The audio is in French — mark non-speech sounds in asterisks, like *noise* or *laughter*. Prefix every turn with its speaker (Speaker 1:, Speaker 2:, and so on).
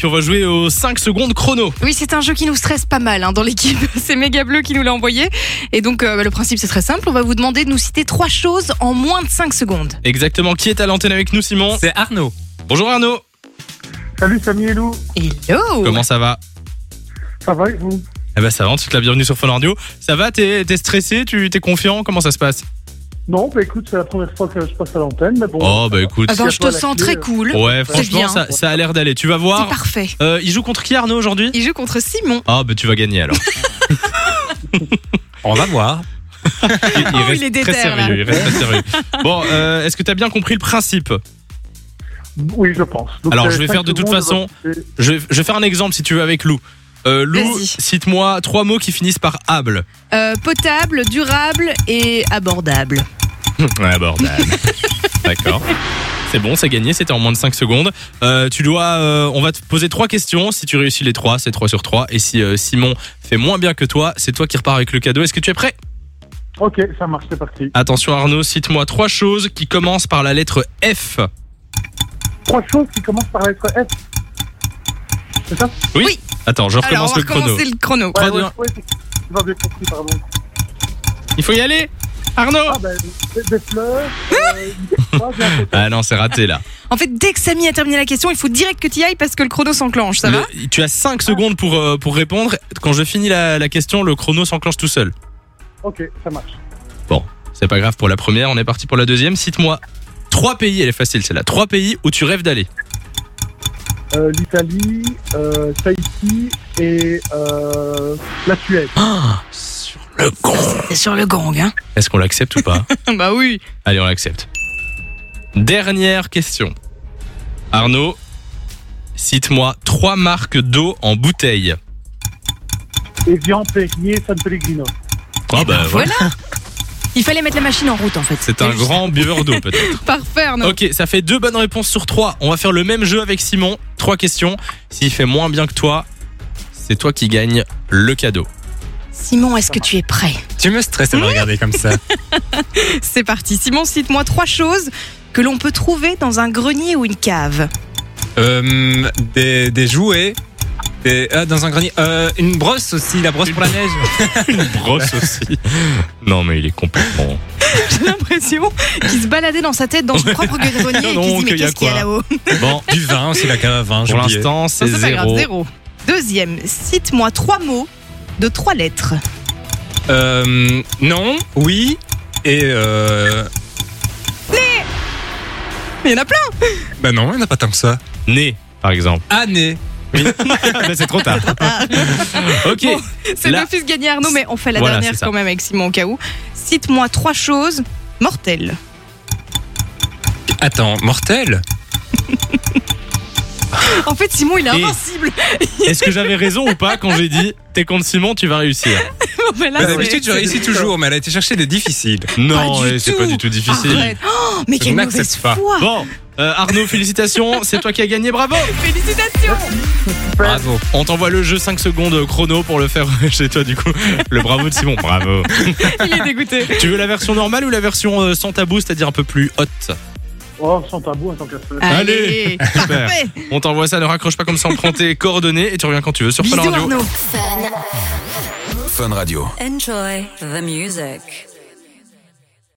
Speaker 1: Puis on va jouer aux 5 secondes chrono.
Speaker 2: Oui, c'est un jeu qui nous stresse pas mal hein, dans l'équipe. *laughs* C'est Méga Bleu qui nous l'a envoyé. Et donc, euh, bah, le principe, c'est très simple. On va vous demander de nous citer trois choses en moins de 5 secondes.
Speaker 1: Exactement, qui est à l'antenne avec nous Simon
Speaker 3: C'est Arnaud.
Speaker 1: Bonjour Arnaud,
Speaker 4: Salut Samy et Lou,
Speaker 2: Hello
Speaker 1: comment ça va
Speaker 4: ça va et vous
Speaker 1: Eh ben ça va, on te souhaite la bienvenue sur Fun Radio. Ça va, t'es t'es stressé, tu t'es confiant, comment ça se passe
Speaker 4: Non, bah écoute, c'est la première fois que je passe à l'antenne, mais bon.
Speaker 1: Oh bah écoute,
Speaker 2: Ah bah, Je te
Speaker 4: Voilà,
Speaker 2: sens
Speaker 4: c'est-
Speaker 2: très
Speaker 1: Euh,
Speaker 2: cool.
Speaker 1: ouais
Speaker 4: c'est
Speaker 1: franchement
Speaker 2: bien.
Speaker 1: ça, ça a l'air d'aller. Tu vas
Speaker 2: C'est
Speaker 1: voir,
Speaker 2: parfait.
Speaker 1: Euh, il joue contre qui Arnaud aujourd'hui
Speaker 2: Il joue contre Simon.
Speaker 1: Ah bah tu vas gagner alors.
Speaker 3: On va voir.
Speaker 1: Il,
Speaker 2: Oh,
Speaker 1: reste
Speaker 2: il est
Speaker 1: très
Speaker 2: déter, là.
Speaker 1: sérieux, il reste très sérieux. Bon, euh, est-ce que t'as bien compris le principe
Speaker 4: Oui, je pense. Donc,
Speaker 1: Alors,
Speaker 4: euh,
Speaker 1: je vais
Speaker 4: cinq
Speaker 1: faire de toute
Speaker 4: secondes,
Speaker 1: façon-
Speaker 4: c'est-
Speaker 1: je, vais- je vais faire un exemple si tu veux avec Lou. Euh, Lou,
Speaker 2: Vas-y.
Speaker 1: cite-moi trois mots qui finissent par able.
Speaker 2: Euh, potable, durable et abordable.
Speaker 1: Abordable. *laughs* D'accord. C'est bon, c'est gagné, c'était en moins de 5 secondes. Euh, tu dois, euh, on va te poser trois questions. Si tu réussis les trois, c'est 3 sur 3. Et si euh, Simon fait moins bien que toi, c'est toi qui repars avec le cadeau. Est-ce que tu es prêt
Speaker 4: Ok, ça marche, c'est parti.
Speaker 1: Attention Arnaud, cite-moi trois choses qui commencent par la lettre F.
Speaker 4: Trois choses qui commencent par la lettre F. C'est ça
Speaker 1: Attends, je
Speaker 2: Alors, on
Speaker 1: recommence
Speaker 2: va
Speaker 1: le chrono.
Speaker 2: recommencer le chrono.
Speaker 1: Trois, deux,
Speaker 4: ouais,
Speaker 1: un.
Speaker 4: ouais, c'est- tu m'as bien compris, pardon.
Speaker 1: Il faut y aller Arnaud
Speaker 4: Ah, bah, des, des fleurs, euh, des fleurs, j'ai un
Speaker 1: *laughs*
Speaker 4: côté.
Speaker 1: Ah non, c'est raté là.
Speaker 2: En fait, dès que Samy a terminé la question, il faut direct que tu y ailles parce que le chrono s'enclenche. Ça
Speaker 1: Le-
Speaker 2: va
Speaker 1: tu as 5 secondes pour, euh, pour répondre. Quand je finis la, la question, le chrono s'enclenche tout seul.
Speaker 4: Ok, ça marche.
Speaker 1: C'est pas grave pour la première, on est parti pour la deuxième. Cite-moi trois pays, elle est facile celle-là, trois pays où tu rêves d'aller.
Speaker 4: Euh, L'Italie, euh, Tahiti et euh, la Suède.
Speaker 1: Ah, sur le con.
Speaker 2: C'est sur le
Speaker 1: *laughs*
Speaker 2: gang, hein
Speaker 1: Est-ce qu'on l'accepte ou *laughs* pas
Speaker 2: Bah oui.
Speaker 1: Allez, on l'accepte. Dernière question. Arnaud, cite-moi trois marques d'eau en bouteille.
Speaker 4: Evian, Perrier, San Pellegrino.
Speaker 1: Ah bah
Speaker 2: Voilà Il fallait mettre la machine en route, en fait.
Speaker 1: C'est un
Speaker 2: Juste
Speaker 1: grand buveur d'eau peut-être. *laughs*
Speaker 2: Parfait, Arnaud.
Speaker 1: Ok, ça fait deux bonnes réponses sur trois. On va faire le même jeu avec Simon. Trois questions. S'il fait moins bien que toi, c'est toi qui gagne le cadeau.
Speaker 2: Simon, est-ce que tu es prêt
Speaker 3: Tu me stresses à me regarder
Speaker 1: *laughs*
Speaker 3: comme ça.
Speaker 2: C'est parti. Simon, cite-moi trois choses que l'on peut trouver dans un grenier ou une cave. *laughs*
Speaker 3: Euh, des, des jouets. Des, ah, dans un grenier. Euh, une brosse aussi, la brosse pour la neige.
Speaker 1: *laughs* Une brosse aussi. Non, mais il est complètement.
Speaker 2: J'ai l'impression qu'il se baladait dans sa tête dans son
Speaker 1: *laughs*
Speaker 2: propre grenier et qu'il se
Speaker 1: Donc,
Speaker 2: dit mais
Speaker 1: il y a
Speaker 2: qu'est-ce qu'il y a
Speaker 1: quoi
Speaker 2: là-haut
Speaker 3: *laughs*
Speaker 1: Bon,
Speaker 3: Du vin aussi, la cave à vin,
Speaker 1: pour
Speaker 3: j'ai oublié.
Speaker 1: l'instant, c'est
Speaker 2: Non, ça, c'est pas grave,
Speaker 1: zéro.
Speaker 2: zéro. Deuxième, cite-moi trois mots de trois lettres.
Speaker 3: Euh, non, oui. Et euh,
Speaker 2: Il y en a plein
Speaker 3: bah non, il n'y en a pas tant que ça.
Speaker 1: Né, par exemple.
Speaker 3: Année.
Speaker 1: *laughs* Mais c'est trop tard. *laughs* ok.
Speaker 2: Bon, C'est
Speaker 1: Là-
Speaker 2: l'office gagné Arnaud, mais on fait la
Speaker 1: Voilà, c'est
Speaker 2: dernière
Speaker 1: ça.
Speaker 2: quand même avec Simon au cas où. Cite-moi trois choses mortelles.
Speaker 3: Attends, mortel
Speaker 2: En fait, Simon, il est
Speaker 1: Et-
Speaker 2: invincible. *laughs*
Speaker 1: Est-ce que j'avais raison ou pas quand j'ai dit t'es contre Simon, tu vas réussir
Speaker 2: Non, mais là,
Speaker 3: Bah,
Speaker 2: Ah c'est-
Speaker 3: D'habitude, je réussis toujours, mais elle a été chercher des difficiles.
Speaker 1: Non,
Speaker 2: du
Speaker 1: eh, c'est
Speaker 2: tout.
Speaker 1: pas du tout difficile.
Speaker 2: Arrête. Oh, mais
Speaker 3: Je
Speaker 2: quelle
Speaker 3: n'accepte
Speaker 2: mauvaise
Speaker 3: pas.
Speaker 2: foi
Speaker 1: Bon, euh, Arnaud, félicitations. C'est toi qui as gagné. Bravo.
Speaker 2: Félicitations
Speaker 3: Bravo.
Speaker 1: On t'envoie le jeu 5 secondes chrono pour le faire *laughs* chez toi du coup. Le bravo de Simon, bravo.
Speaker 2: Il est dégoûté.
Speaker 1: Tu veux la version normale ou la version euh, sans tabou, c'est-à-dire un peu plus haute
Speaker 4: Oh, sans tabou, en tant qu'aspect.
Speaker 1: Allez. Super.
Speaker 2: Parfait.
Speaker 1: On t'envoie ça, ne raccroche pas comme ça, on prend tes *laughs* coordonnées et tu reviens quand tu veux sur Fun
Speaker 2: Bisous
Speaker 1: Radio.
Speaker 2: Arnaud.
Speaker 5: Enjoy the music.